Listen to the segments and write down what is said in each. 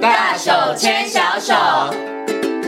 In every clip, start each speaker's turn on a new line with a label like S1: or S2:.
S1: 大手牵小手。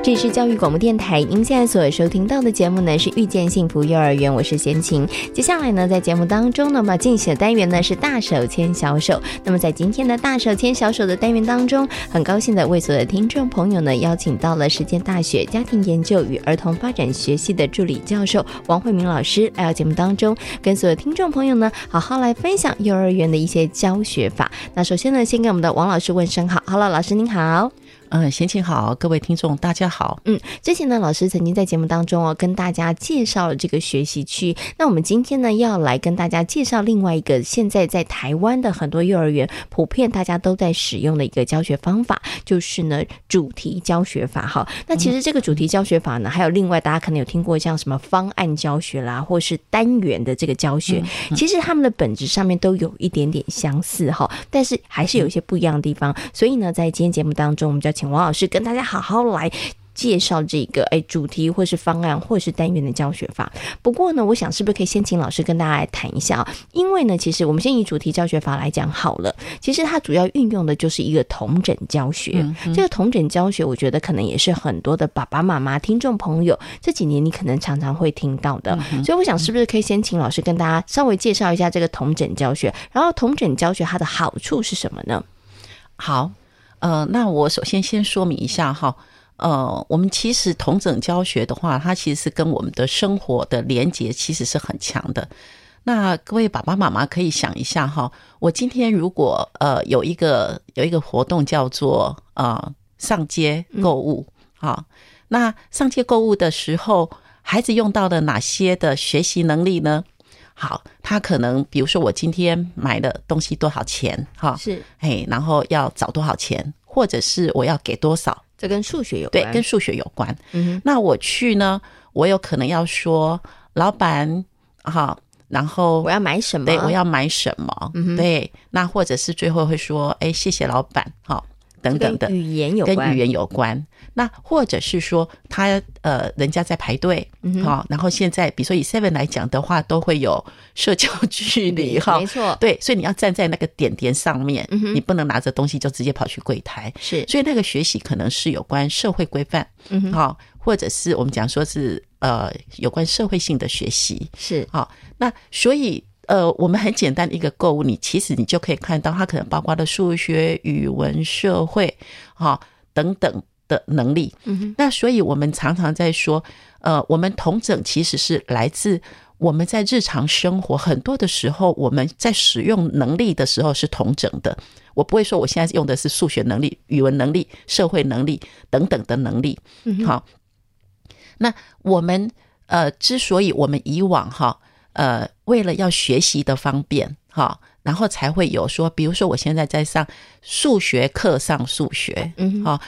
S2: 这里是教育广播电台，您现在所收听到的节目呢是遇见幸福幼儿园，我是贤琴。接下来呢，在节目当中呢，我们要进行的单元呢是大手牵小手。那么在今天的大手牵小手的单元当中，很高兴的为所有的听众朋友呢，邀请到了实践大学家庭研究与儿童发展学系的助理教授王慧明老师来到节目当中，跟所有听众朋友呢，好好来分享幼儿园的一些教学法。那首先呢，先跟我们的王老师问声好，Hello，老师您好。
S3: 嗯，贤琴好，各位听众大家好。
S2: 嗯，之前呢，老师曾经在节目当中哦，跟大家介绍了这个学习区。那我们今天呢，要来跟大家介绍另外一个现在在台湾的很多幼儿园普遍大家都在使用的一个教学方法，就是呢主题教学法哈。那其实这个主题教学法呢，还有另外大家可能有听过像什么方案教学啦，或是单元的这个教学，其实他们的本质上面都有一点点相似哈，但是还是有一些不一样的地方。所以呢，在今天节目当中，我们就要请王老师跟大家好好来。介绍这个哎主题或是方案或是单元的教学法。不过呢，我想是不是可以先请老师跟大家来谈一下啊、因为呢，其实我们先以主题教学法来讲好了。其实它主要运用的就是一个同诊教学。
S3: 嗯
S2: 这个同诊教学，我觉得可能也是很多的爸爸妈妈、听众朋友这几年你可能常常会听到
S3: 嗯
S2: 的。所以我想是不是可以先请老师跟大家稍微介绍一下这个同诊教学，然后同诊教学它的好处是什么呢？
S3: 好，呃，那我首先先说明一下哈，呃，我们其实同整教学的话，它其实是跟我们的生活的连结其实是很强的。那各位爸爸妈妈可以想一下哈，我今天如果呃有一个有一个活动叫做呃上街购物，好、那上街购物的时候，孩子用到了哪些的学习能力呢？好，他可能比如说我今天买的东西多少钱哈，
S2: 是
S3: 哎，然后要找多少钱，或者是我要给多少，
S2: 这跟数学有
S3: 对
S2: 关，，
S3: 跟数学有关。
S2: 嗯哼
S3: 那我去呢，我有可能要说老板哈，然后
S2: 我要买什么？嗯
S3: 对我要买什么，对，那或者是最后会说，哎，谢谢老板哈，等等的
S2: 跟，语言有
S3: 跟
S2: 关，
S3: 语言有关。那或者是说他呃，人家在排队，好、
S2: 嗯
S3: 然后现在比如说以 Seven 来讲的话，都会有社交距离哈
S2: 没，错，
S3: 对，所以你要站在那个点点上面，
S2: 嗯哼
S3: 你不能拿着东西就直接跑去柜台。
S2: 是
S3: 所以那个学习可能是有关社会规范，
S2: 嗯哼
S3: 好、或者是我们讲说是呃有关社会性的学习，
S2: 是
S3: 好、那所以呃我们很简单的一个购物，你其实你就可以看到它可能包括了数学、语文、社会，哈、等等的能力，
S2: 嗯哼，
S3: 那所以我们常常在说，呃，我们同整其实是来自我们在日常生活很多的时候，我们在使用能力的时候是同整的。我不会说我现在用的是数学能力、语文能力、社会能力等等的能力。好，那我们呃，之所以我们以往哈呃，为了要学习的方便哈。然后才会有说，比如说我现在在上数学课，上数学，
S2: 嗯哼
S3: 好、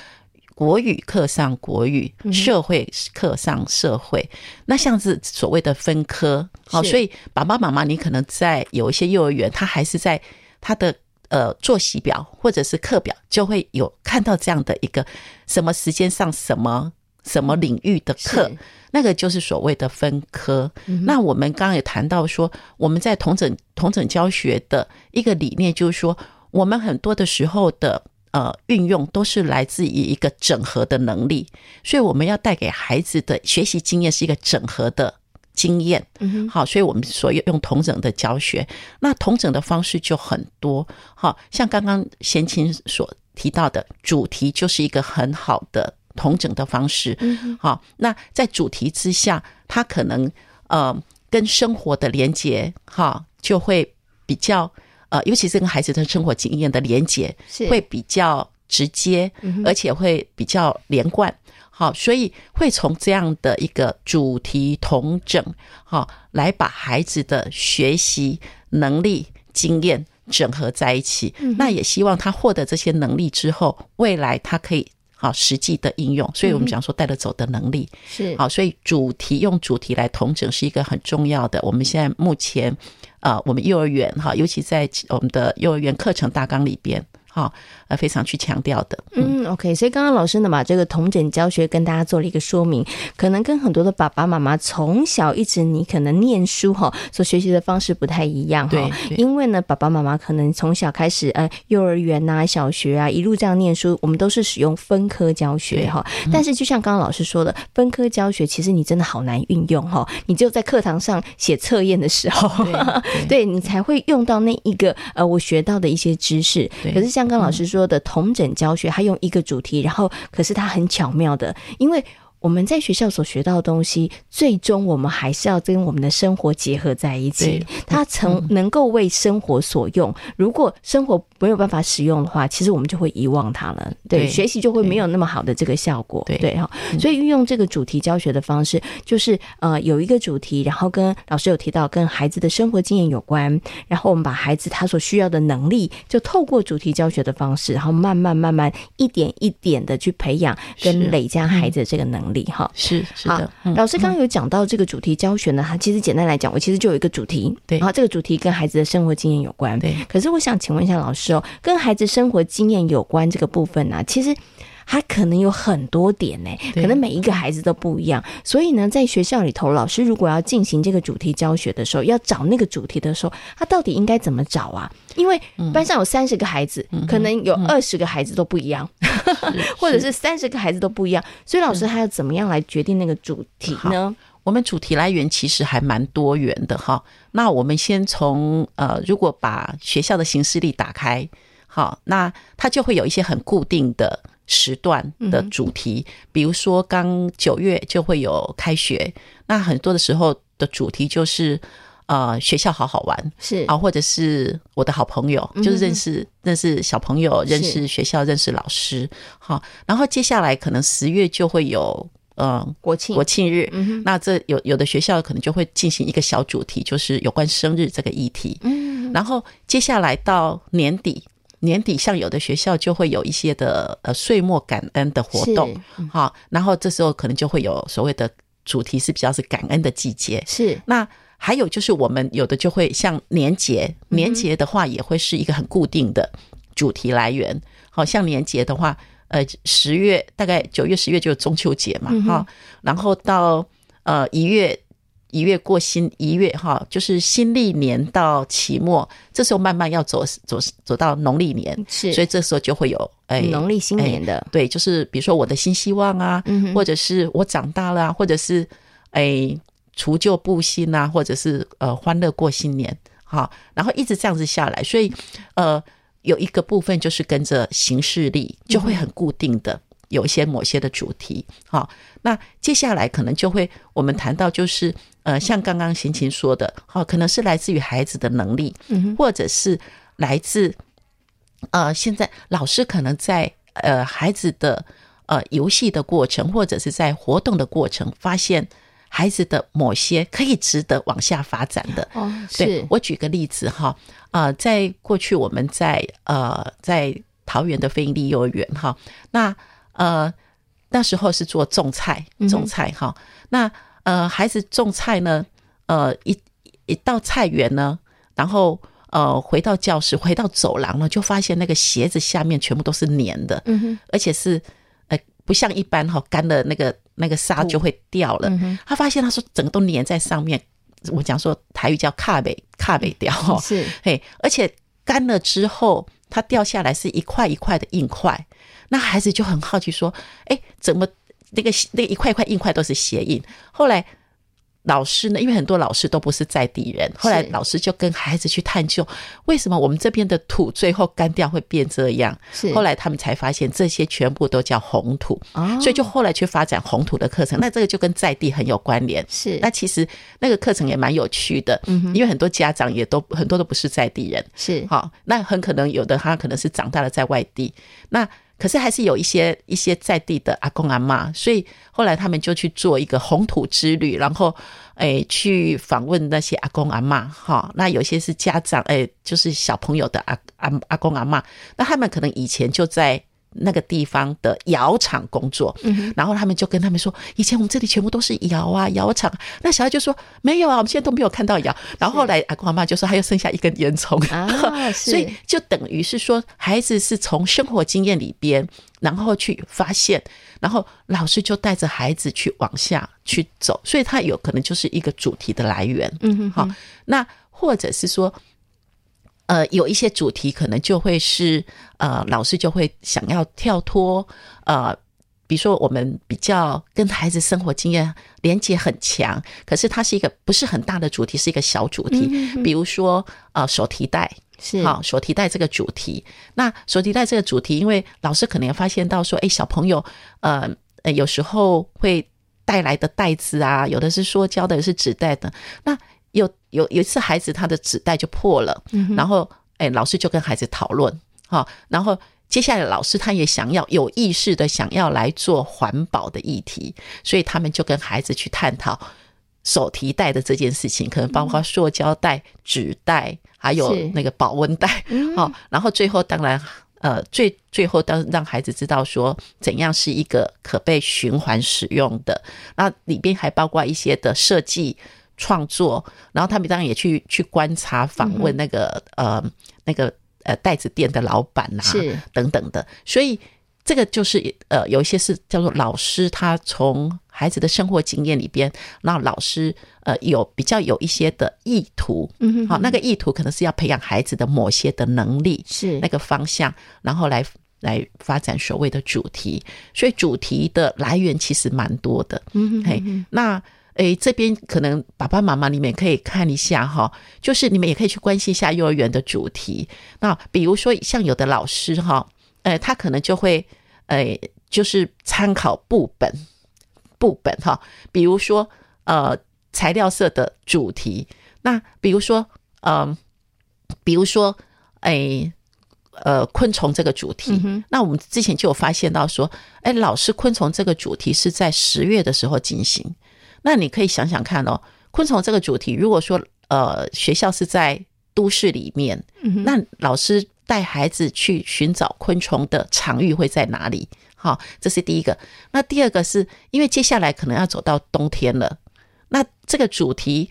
S3: 国语课上国语，社会课上社会，那像是所谓的分科，好、
S2: 是
S3: 所以爸爸妈妈，你可能在有一些幼儿园，他还是在他的呃作息表或者是课表，就会有看到这样的一个什么时间上什么什么领域的课
S2: 是，
S3: 那个就是所谓的分科。那我们刚刚也谈到说，我们在同整同整教学的一个理念，就是说，我们很多的时候的呃运用都是来自于一个整合的能力，所以我们要带给孩子的学习经验是一个整合的经验。
S2: 嗯
S3: 好，所以我们所有用同整的教学，那同整的方式就很多。好，像刚刚贤琴所提到的主题，就是一个很好的同整的方式。好，那在主题之下，它可能呃跟生活的连接，哈，就会比较呃，尤其是跟孩子的生活经验的连接，
S2: 是
S3: 会比较直接，而且会比较连贯。好，所以会从这样的一个主题同整，好来把孩子的学习能力、经验整合在一起。那也希望他获得这些能力之后，未来他可以好实际的应用。所以我们讲说带得走的能力。
S2: 是
S3: 好，所以主题用主题来统整是一个很重要的。我们现在目前，呃，我们幼儿园哈，尤其在我们的幼儿园课程大纲里边，哈、呃，非常去强调的。
S2: 嗯，OK，所以刚刚老师呢把这个同诊教学跟大家做了一个说明，可能跟很多的爸爸妈妈从小一直你可能念书哈，所学习的方式不太一样哈
S3: 对，对
S2: 因为呢爸爸妈妈可能从小开始呃幼儿园呐、小学啊一路这样念书，我们都是使用分科教学
S3: 对嗯
S2: 哈，但是就像刚刚老师说的，分科教学其实你真的好难运用哈，你只有在课堂上写测验的时候，
S3: 对
S2: 对你才会用到那一个呃我学到的一些知识。
S3: 对
S2: 可是像刚老师说的，同整教学，它用一个主题，然后可是它很巧妙的，因为。我们在学校所学到的东西，最终我们还是要跟我们的生活结合在一起
S3: 对。
S2: 它曾能够为生活所用。如果生活没有办法使用的话，其实我们就会遗忘它了。对，
S3: 对
S2: 学习就会没
S3: 对
S2: 有那么好的这个效果。
S3: 对嗯
S2: 对哈，所以运用这个主题教学的方式，就是呃有一个主题，然后跟老师有提到跟孩子的生活经验有关，然后我们把孩子他所需要的能力，就透过主题教学的方式，然后慢慢慢慢一点一点的去培养
S3: 是嗯
S2: 跟累加孩子的这个能力哈。
S3: 是是
S2: 好
S3: 的，嗯
S2: 老师刚刚有讲到这个主题教学呢，它其实简单来讲，我其实就有一个主题，
S3: 对
S2: 然后这个主题跟孩子的生活经验有关，
S3: 对
S2: 可是我想请问一下老师哦，跟孩子生活经验有关这个部分呢、啊其实。它可能有很多点呢、
S3: 对
S2: 可能每一个孩子都不一样，所以呢，在学校里头，老师如果要进行这个主题教学的时候，要找那个主题的时候，他到底应该怎么找啊？因为
S3: 嗯
S2: 班上有三十个孩子，可能有二十个孩子都不一样，或者是嗯三十个孩子都不一样，所以老师他要怎么样来决定那个主题呢？
S3: 我们主题来源其实还蛮多元的哈。那我们先从呃，如果把学校的行事历打开，好，那它就会有一些很固定的时段的主题，比如说刚九月就会有开学，那很多的时候的主题就是呃学校好好玩，
S2: 是
S3: 啊，或者是我的好朋友，就是认识、认识小朋友，认识学校，认识老师。好，然后接下来可能十月就会有呃
S2: 国庆
S3: 国庆日，
S2: 嗯哼
S3: 那这有有的学校可能就会进行一个小主题，就是有关生日这个议题。
S2: 嗯，
S3: 然后接下来到年底，年底像有的学校就会有一些的呃岁末感恩的活动
S2: 是，嗯
S3: 好，然后这时候可能就会有所谓的主题是比较是感恩的季节，
S2: 是
S3: 那还有就是，我们有的就会像年节，年节的话也会是一个很固定的主题来源。好、像年节的话，呃，十月大概九月、十月就是中秋节
S2: 嗯
S3: 嘛，哈、然后到呃一月。一月过新一月哈，就是新历年到期末，这时候慢慢要走走走到农历年，
S2: 是，
S3: 所以这时候就会有哎
S2: 农历新年的、
S3: 对，就是比如说我的新希望啊，
S2: 嗯哼
S3: 或者是我长大了、啊，或者是哎除旧布新啊，或者是呃欢乐过新年，好，然后一直这样子下来，所以呃有一个部分就是跟着形式力，
S2: 嗯
S3: 就会很固定的。有一些某些的主题，好，那接下来可能就会我们谈到就是，呃，像刚刚贤琴说的，好、可能是来自于孩子的能力，
S2: 嗯
S3: 或者是来自呃，现在老师可能在呃孩子的呃游戏的过程，或者是在活动的过程，发现孩子的某些可以值得往下发展的。
S2: 哦，
S3: 对
S2: 是
S3: 我举个例子哈，呃，在过去我们在呃在桃园的非营利幼儿园哈，那呃那时候是做种菜，
S2: 嗯
S3: 种菜哈、那呃孩子种菜呢，呃一一到菜园呢，然后呃回到教室，回到走廊呢，就发现那个鞋子下面全部都是粘的，
S2: 嗯哼，
S3: 而且是呃不像一般哈、干了那个那个沙就会掉了。
S2: 嗯
S3: 他发现他说整个都粘在上面，我讲说台语叫卡北卡北掉哈、
S2: 嗯是
S3: 嘿，而且干了之后它掉下来是一块一块的硬块，那孩子就很好奇说，哎，怎么那个那一块一块硬块都是鞋印？后来。老师呢？因为很多老师都不是在地人，后来
S2: 是
S3: 老师就跟孩子去探究，为什么我们这边的土最后干掉会变这样？
S2: 是，
S3: 后来他们才发现这些全部都叫红土，
S2: 哦，
S3: 所以就后来去发展红土的课程。那这个就跟在地很有关联。
S2: 是嗯
S3: 那其实那个课程也蛮有趣的，因为很多家长也都很多都不是在地人，
S2: 是
S3: 好，那很可能有的他可能是长大了在外地，那可是还是有一些一些在地的阿公阿妈，所以后来他们就去做一个红土之旅，然后诶、去访问那些阿公阿妈，哈，那有些是家长诶、就是小朋友的阿阿阿公阿妈，那他们可能以前就在。那个地方的窑厂工作，然后他们就跟他们说，以前我们这里全部都是窑啊，窑厂。那小孩就说没有啊，我们现在都没有看到窑。然后后来阿公阿妈就说，还有剩下一根烟囱，
S2: 啊，是
S3: 所以就等于是说，孩子是从生活经验里边，然后去发现，然后老师就带着孩子去往下去走，所以它有可能就是一个主题的来源。
S2: 嗯哼
S3: 好，那或者是说，呃，有一些主题可能就会是呃，老师就会想要跳脱呃。比如说，我们比较跟孩子生活经验连接很强，可是它是一个不是很大的主题，是一个小主
S2: 嗯
S3: 题。比如说，呃，手提袋，
S2: 是
S3: 好，手提袋这个主题，那手提袋这个主题，因为老师可能也发现到说，哎，小朋友，呃，呃有时候会带来的袋子啊，有的是塑胶的，有的是纸袋的。那有有有一次孩子他的纸袋就破了，然后哎，老师就跟孩子讨论，好、然后接下来老师他也想要有意识的想要来做环保的议题，所以他们就跟孩子去探讨手提袋的这件事情，可能包括塑胶袋、纸袋，还有
S2: 是
S3: 那个保温袋，哦，然后最后当然。呃，最最后当让孩子知道说怎样是一个可被循环使用的，那里边还包括一些的设计创作，然后他们当然也去去观察访问那个、呃那个呃袋子店的老板啊，
S2: 是
S3: 等等的，所以这个就是呃，有一些是叫做老师他从孩子的生活经验里边，那老师呃有比较有一些的意图，
S2: 嗯哼
S3: 好、那个意图可能是要培养孩子的某些的能力，
S2: 是
S3: 那个方向，然后来来发展所谓的主题。所以主题的来源其实蛮多的。嗯嘿，那诶这边可能爸爸妈妈你们也可以看一下哈，就是你们也可以去关心一下幼儿园的主题。那比如说像有的老师哈，呃，他可能就会呃就是参考部本部本哈，比如说呃材料色的主题，那比如说嗯、呃比如说诶。呃昆虫这个主题。那我们之前就有发现到说，哎，老师昆虫这个主题是在十月的时候进行。那你可以想想看哦，昆虫这个主题，如果说呃学校是在都市里面，那老师带孩子去寻找昆虫的场域会在哪里？好，这是第一个。那第二个是因为接下来可能要走到冬天了，那这个主题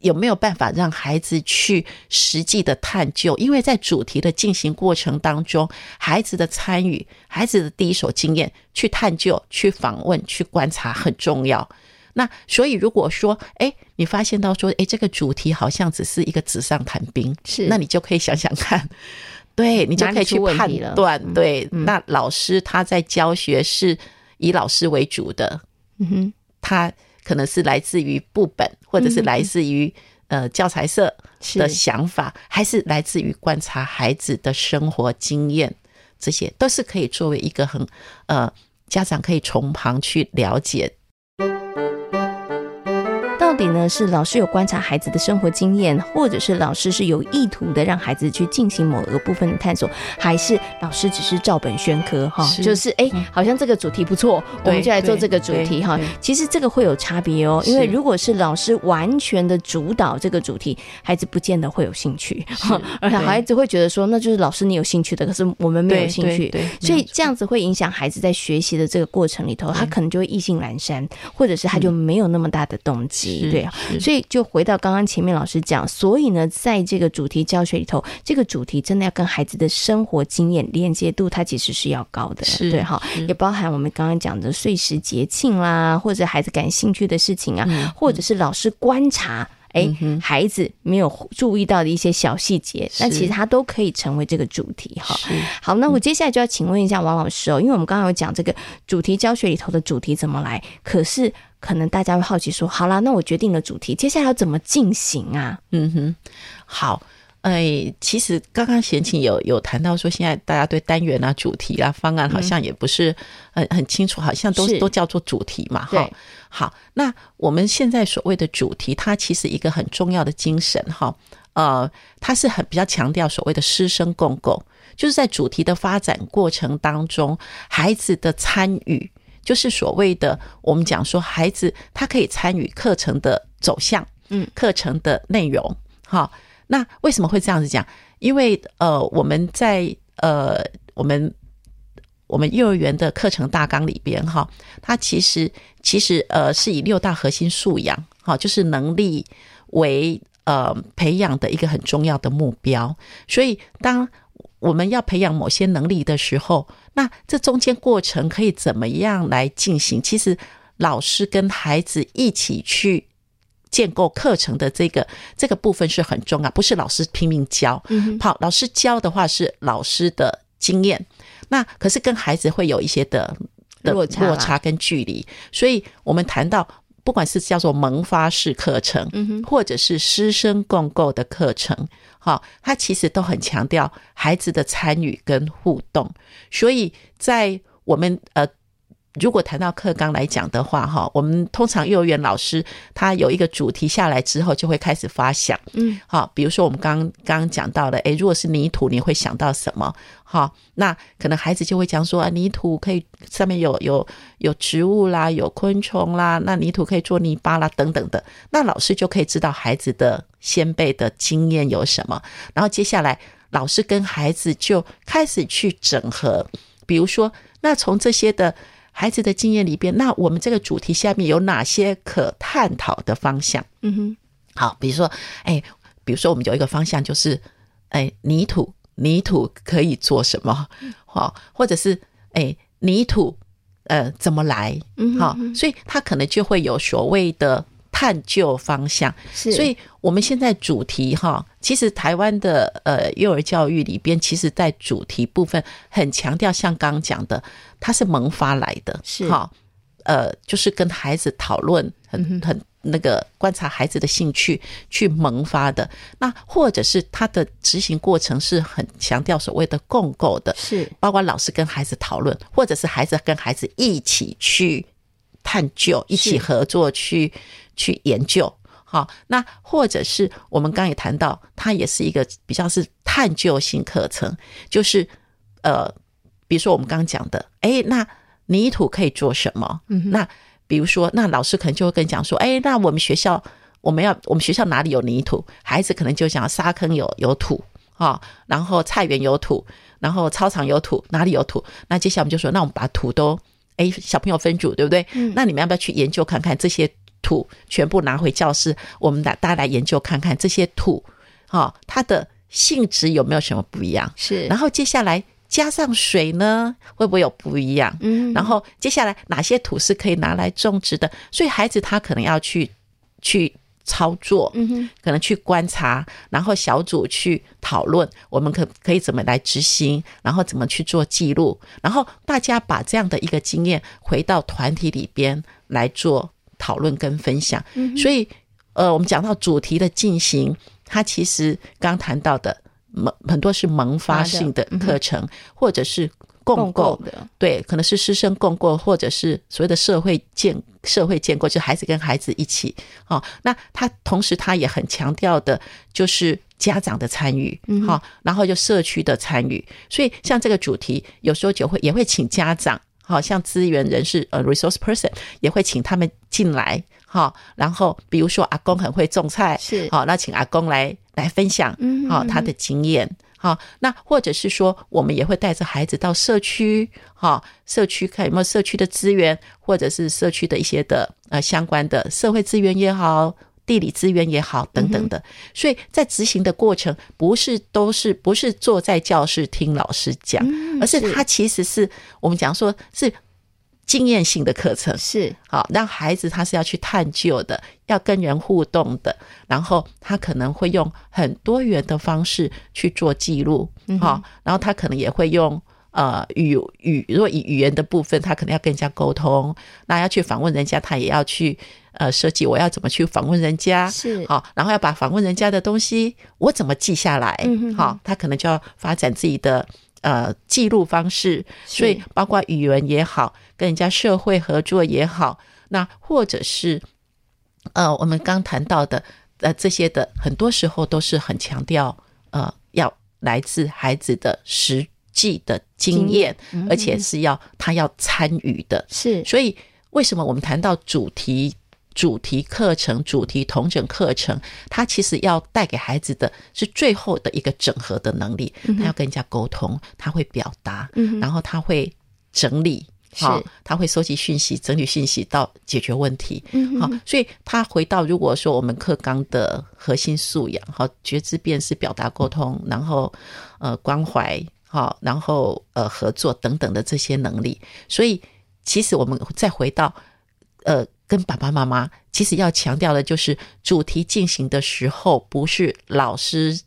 S3: 有没有办法让孩子去实际的探究？因为在主题的进行过程当中，孩子的参与、孩子的第一手经验去探究、去访问、去观察很重要。那所以，如果说，哎，你发现到说，哎，这个主题好像只是一个纸上谈兵，
S2: 是
S3: 那你就可以想想看， 对你就
S2: 哪里
S3: 可以去
S2: 出问
S3: 判
S2: 题了嗯
S3: 断，对，那老师他在教学是以老师为主的，
S2: 嗯哼
S3: 它可能是来自于部本，或者是来自于、呃教材社
S2: 是
S3: 的想法，还是来自于观察孩子的生活经验，这些都是可以作为一个很呃家长可以从旁去了解
S2: 到底呢是老师有观察孩子的生活经验，或者是老师是有意图的让孩子去进行某个部分的探索，还是老师只是照本宣科哈？
S3: 是
S2: 就是哎、好像这个主题不错，我
S3: 对
S2: 们就来做这个主题
S3: 对
S2: 哈
S3: 对。
S2: 其实这个会有差别哦，
S3: 是
S2: 因为如果是老师完全的主导这个主题，孩子不见得会有兴趣，哈而且
S3: 对
S2: 孩子会觉得说那就是老师你有兴趣的，可是我们没有
S3: 对
S2: 兴
S3: 对
S2: 趣，
S3: 对
S2: 所以
S3: 没有错
S2: 这样子会影响孩子在学习的这个过程里头，他可能就会意兴阑珊，或者是他就没有那么大的动机，
S3: 嗯是
S2: 对啊。
S3: 是
S2: 所以就回到刚刚前面老师讲，所以呢，在这个主题教学里头，这个主题真的要跟孩子的生活经验连接度，它其实是要高的，
S3: 是
S2: 对啊哈，
S3: 是
S2: 也包含我们刚刚讲的碎石节庆啦，或者孩子感兴趣的事情啊，或者是老师观察。哎，孩子没有注意到的一些小细节，那其实他都可以成为这个主题哈。
S3: 是
S2: 好，那我接下来就要请问一下王老师哦，因为我们刚刚有讲这个主题教学里头的主题怎么来，可是可能大家会好奇说，好啦，那我决定了主题，接下来要怎么进行啊？
S3: 嗯哼，好。哎，其实刚刚贤琴有有谈到说，现在大家对单元啊、主题啊、方案好像也不是很很清楚，好像都
S2: 是
S3: 都叫做主题嘛，
S2: 对
S3: 哈。好，那我们现在所谓的主题，它其实一个很重要的精神，哈，呃，它是很比较强调所谓的师生共构，就是在主题的发展过程当中，孩子的参与，就是所谓的我们讲说，孩子他可以参与课程的走向，
S2: 嗯，
S3: 课程的内容，哈。那为什么会这样子讲？因为呃，我们在呃，我们我们幼儿园的课程大纲里边哈，它其实其实呃是以六大核心素养哈，就是能力为呃培养的一个很重要的目标。所以当我们要培养某些能力的时候，那这中间过程可以怎么样来进行？其实老师跟孩子一起去建构课程的这个这个部分是很重要，不是老师拼命教。
S2: 嗯哼
S3: 好，老师教的话是老师的经验，那可是跟孩子会有一些的的
S2: 落差啦
S3: 落差跟距离，所以我们谈到不管是叫做萌发式课程，
S2: 嗯哼，
S3: 或者是师生共构的课程，好、它其实都很强调孩子的参与跟互动。所以在我们呃，如果谈到课纲来讲的话，哈、我们通常幼儿园老师他有一个主题下来之后，就会开始发想，
S2: 嗯，
S3: 好、比如说我们刚刚刚讲到了，诶，如果是泥土，你会想到什么？好、那可能孩子就会讲说啊，泥土可以上面有有有植物啦，有昆虫啦，那泥土可以做泥巴啦，等等的。那老师就可以知道孩子的先辈的经验有什么，然后接下来老师跟孩子就开始去整合，比如说，那从这些的孩子的经验里边，那我们这个主题下面有哪些可探讨的方向？
S2: 嗯哼，
S3: 好，比如说，哎，比如说我们有一个方向就是，哎，泥土，泥土可以做什么？
S2: 嗯
S3: 好，或者是哎，泥土，呃，怎么来？
S2: 嗯哼，
S3: 好、所以他可能就会有所谓的探究方向。
S2: 是，
S3: 所以我们现在主题哈，其实台湾的呃幼儿教育里边，其实在主题部分很强调，像刚刚讲的，它是萌发来的，
S2: 是
S3: 哈，呃，就是跟孩子讨论，
S2: 嗯
S3: 很很那个观察孩子的兴趣去萌发的。那或者是它的执行过程是很强调所谓的共构的，
S2: 是，
S3: 包括老师跟孩子讨论，或者是孩子跟孩子一起去探究、一起合作去去研究。好，那或者是我们刚刚也谈到，它也是一个比较是探究性课程，就是呃，比如说我们刚刚讲的，哎，那泥土可以做什么？嗯，那比如说，那老师可能就会跟你讲说，哎，那我们学校我们要我们学校哪里有泥土？孩子可能就讲沙坑有有土啊、然后菜园有土，然后操场有土，哪里有土？那接下来我们就说，那我们把土都哎小朋友分组，对不对？那你们要不要去研究看看这些土全部拿回教室，我们来大家来研究看看这些土，哈、它的性质有没有什么不一样？
S2: 是，
S3: 然
S2: 后，
S3: 后接下来加上水呢，会不会有不一样？
S2: 嗯，
S3: 然后接下来哪些土是可以拿来种植的？所以孩子他可能要去去操作，
S2: 嗯哼，
S3: 可能去观察，然后小组去讨论，我们可可以怎么来执行，然后怎么去做记录，然后大家把这样的一个经验回到团体里边来做讨论跟分享。所以，呃，我们讲到主题的进行，它其实刚谈到的萌很多是萌发性的课程，或者是共
S2: 共构
S3: 构
S2: 的，
S3: 对，可能是师生共构，或者是所谓的社会建社会建构，就是孩子跟孩子一起哦。那他同时他也很强调的就是家长的参与，好、然后就社区的参与。所以像这个主题，有时候就会也会请家长，好、像资源人士呃 resource person 也会请他们进来，好、然后比如说阿公很会种菜，
S2: 是
S3: 好、那请阿公来来分享，
S2: 嗯
S3: 好、他的经验。好、那或者是说，我们也会带着孩子到社区，哈、社区看有没有社区的资源，或者是社区的一些的呃相关的社会资源也好，地理资源也好等等
S2: 嗯
S3: 的。所以在执行的过程，不是都是不是坐在教室听老师讲，
S2: 嗯
S3: 而是
S2: 是
S3: 他其实是我们讲说是经验性的课程，
S2: 是，
S3: 好，让孩子他是要去探究的，要跟人互动的，然后他可能会用很多元的方式去做记录，好、然后他可能也会用呃语语，如果以语言的部分，他可能要跟人家沟通，那要去访问人家，他也要去呃设计我要怎么去访问人家，
S2: 是
S3: 啊好，然后要把访问人家的东西我怎么记下来，
S2: 嗯哼哼
S3: 好，他可能就要发展自己的。呃，记录方式，
S2: 是
S3: 所以包括语文也好，跟人家社会合作也好，那或者是呃，我们刚谈到的呃这些的，很多时候都是很强调呃要来自孩子的实际的经验，
S2: 嗯
S3: 而且是要他要参与的。
S2: 是，
S3: 所以为什么我们谈到主题？主题课程、主题同整课程，它其实要带给孩子的是最
S2: 嗯
S3: 后的一个整合的能力。他要跟人家沟通，他会表达，然后他会整理。
S2: 是
S3: 好，他会收集讯息、整理讯息到解决问题。
S2: 嗯
S3: 好
S2: 哼，
S3: 所以他回到如果说我们课纲的核心素养，好，觉知辨识、表达、沟通，然后呃关怀，好，然后呃合作等等的这些能力，所以其实我们再回到呃跟爸爸妈妈，其实要强调的就是主题进行的时候，不是老师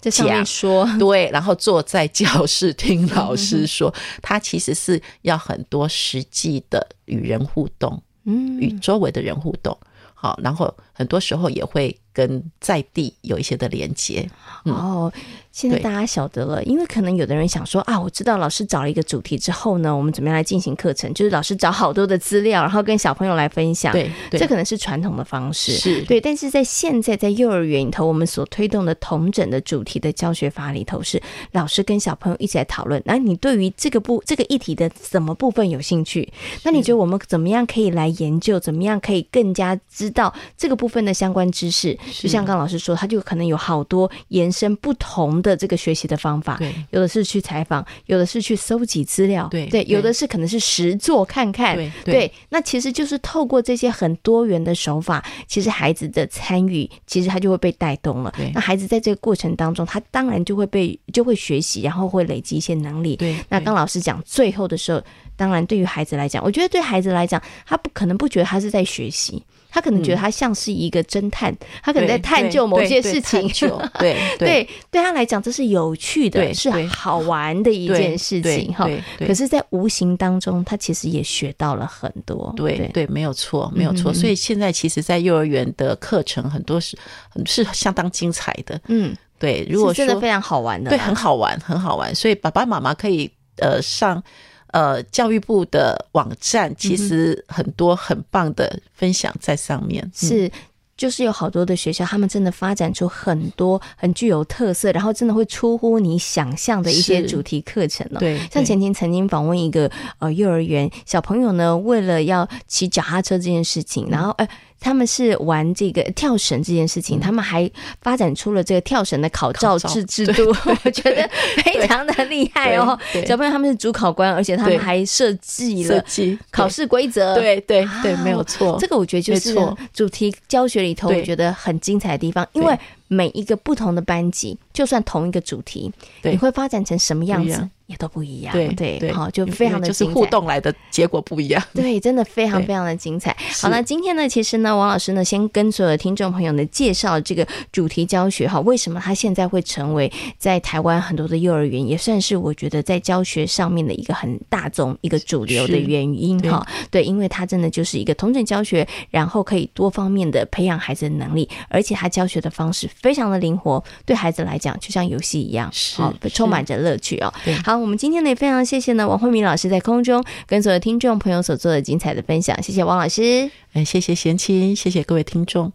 S2: 在上面
S3: 讲
S2: 说，
S3: 对，然后坐在教室听老
S2: 嗯
S3: 师说，他其实是要很多实际的与人互动，与
S2: 嗯，
S3: 周围的人互动。好，然后很多时候也会跟在地有一些的连接。嗯
S2: 哦，现在
S3: 对
S2: 大家晓得了，因为可能有的人想说啊，我知道老师找了一个主题之后呢，我们怎么样来进行课程？就是老师找好多的资料，然后跟小朋友来分享。，
S3: 对，对
S2: 这可能是传统的方式。
S3: 是
S2: 对，但是在现在在幼儿园里头，我们所推动的同整的主题的教学法里头是老师跟小朋友一起来讨论。那你对于这个部这个议题的什么部分有兴趣？那你觉得我们怎么样可以来研究？怎么样可以更加知道这个部分的相关知识？
S3: 是
S2: 就像刚老师说，他就可能有好多延伸不同的这个学习的方法。
S3: 对
S2: 有的是去采访，有的是去搜集资料，
S3: 对
S2: 对，有
S3: 对
S2: 的是可能是实做看看，
S3: 对
S2: 哎对，那其实就是透过这些很多元的手法，其实孩子的参与，其实他就会被带动了
S3: 对。
S2: 那孩子在这个过程当中，他当然就会被就会学习，然后会累积一些能力。
S3: 对。
S2: 那
S3: 对
S2: 刚老师讲最后的时候，当然对于孩子来讲，我觉得对孩子来讲，他不可能不觉得他是在学习，他可能觉得他像是一个侦探，他可能在
S3: 嗯对
S2: 探
S3: 对
S2: 究某
S3: 对
S2: 些
S3: 对
S2: 事情
S3: 探。 究对
S2: 对，对他来讲，这是有趣的，
S3: 对
S2: 是
S3: 对
S2: 好玩的一
S3: 对
S2: 件事
S3: 对
S2: 情哈。
S3: 对对
S2: 可是，在无形当中，他其实也学到了很多。
S3: 对对，没有错，没有错。
S2: 嗯
S3: 所以现在其实，在幼儿园的课程很多是很是相当精彩的。
S2: 嗯，
S3: 对，如果
S2: 是真
S3: 说
S2: 的非常好玩的啦，
S3: 对，很好玩，很好玩。所以爸爸妈妈可以呃上呃教育部的网站，其实很多很棒的分享在上面。嗯、
S2: 嗯是。就是有好多的学校，他们真的发展出很多很具有特色，然后真的会出乎你想象的一些
S3: 是
S2: 主题课程哦。
S3: 对，
S2: 像
S3: 对
S2: 前天曾经访问一个呃幼儿园小朋友呢，为了要骑脚踏车这件事情，然后呃他们是玩这个跳绳这件事情，他们还发展出了这个跳绳的嗯考照
S3: 考照
S2: 制制度，我觉得非常的厉害哦。
S3: 对对
S2: 小朋友他们是主考官，而且他们
S3: 对
S2: 还设计
S3: 设
S2: 了
S3: 计
S2: 考，试规则。
S3: 对对对对，
S2: 啊
S3: 没有错，
S2: 这个我觉得就
S3: 没
S2: 是
S3: 错
S2: 主题教学里头，
S3: 对
S2: 我觉得很精彩的地方，因
S3: 对
S2: 为每一个不同的班级，就算同一个主题，
S3: 对
S2: 你会发展成什么样
S3: 不一
S2: 子
S3: 样
S2: 也都不一样，
S3: 对
S2: 啊对，
S3: 对，
S2: 好，就
S3: 因为
S2: 非常的
S3: 就是
S2: 精
S3: 互
S2: 彩。
S3: 动来的结果不一样。
S2: 对，真的非常
S3: 对
S2: 非常的精彩。
S3: 是
S2: 好，那今天呢，其实呢，王老师呢，先跟所有的听众朋友呢介绍这个主题教学哈，为什么它现在会成为在台湾很多的幼儿园，也算是我觉得在教学上面的一个很大众、一个主流的
S3: 是
S2: 原因哈。对，因为它真的就是一个同整教学，然后可以多方面的培养孩子的能力，而且它教学的方式非常的灵活，对孩子来讲就像游戏一样，
S3: 是
S2: 好
S3: 是
S2: 充满着乐趣哦
S3: 对。
S2: 好，我们今天呢也非常谢谢呢王慧敏老师在空中跟嗯所有听众朋友所做的精彩的分享，谢谢王老师。
S3: 哎，谢谢贤青，谢谢各位听众。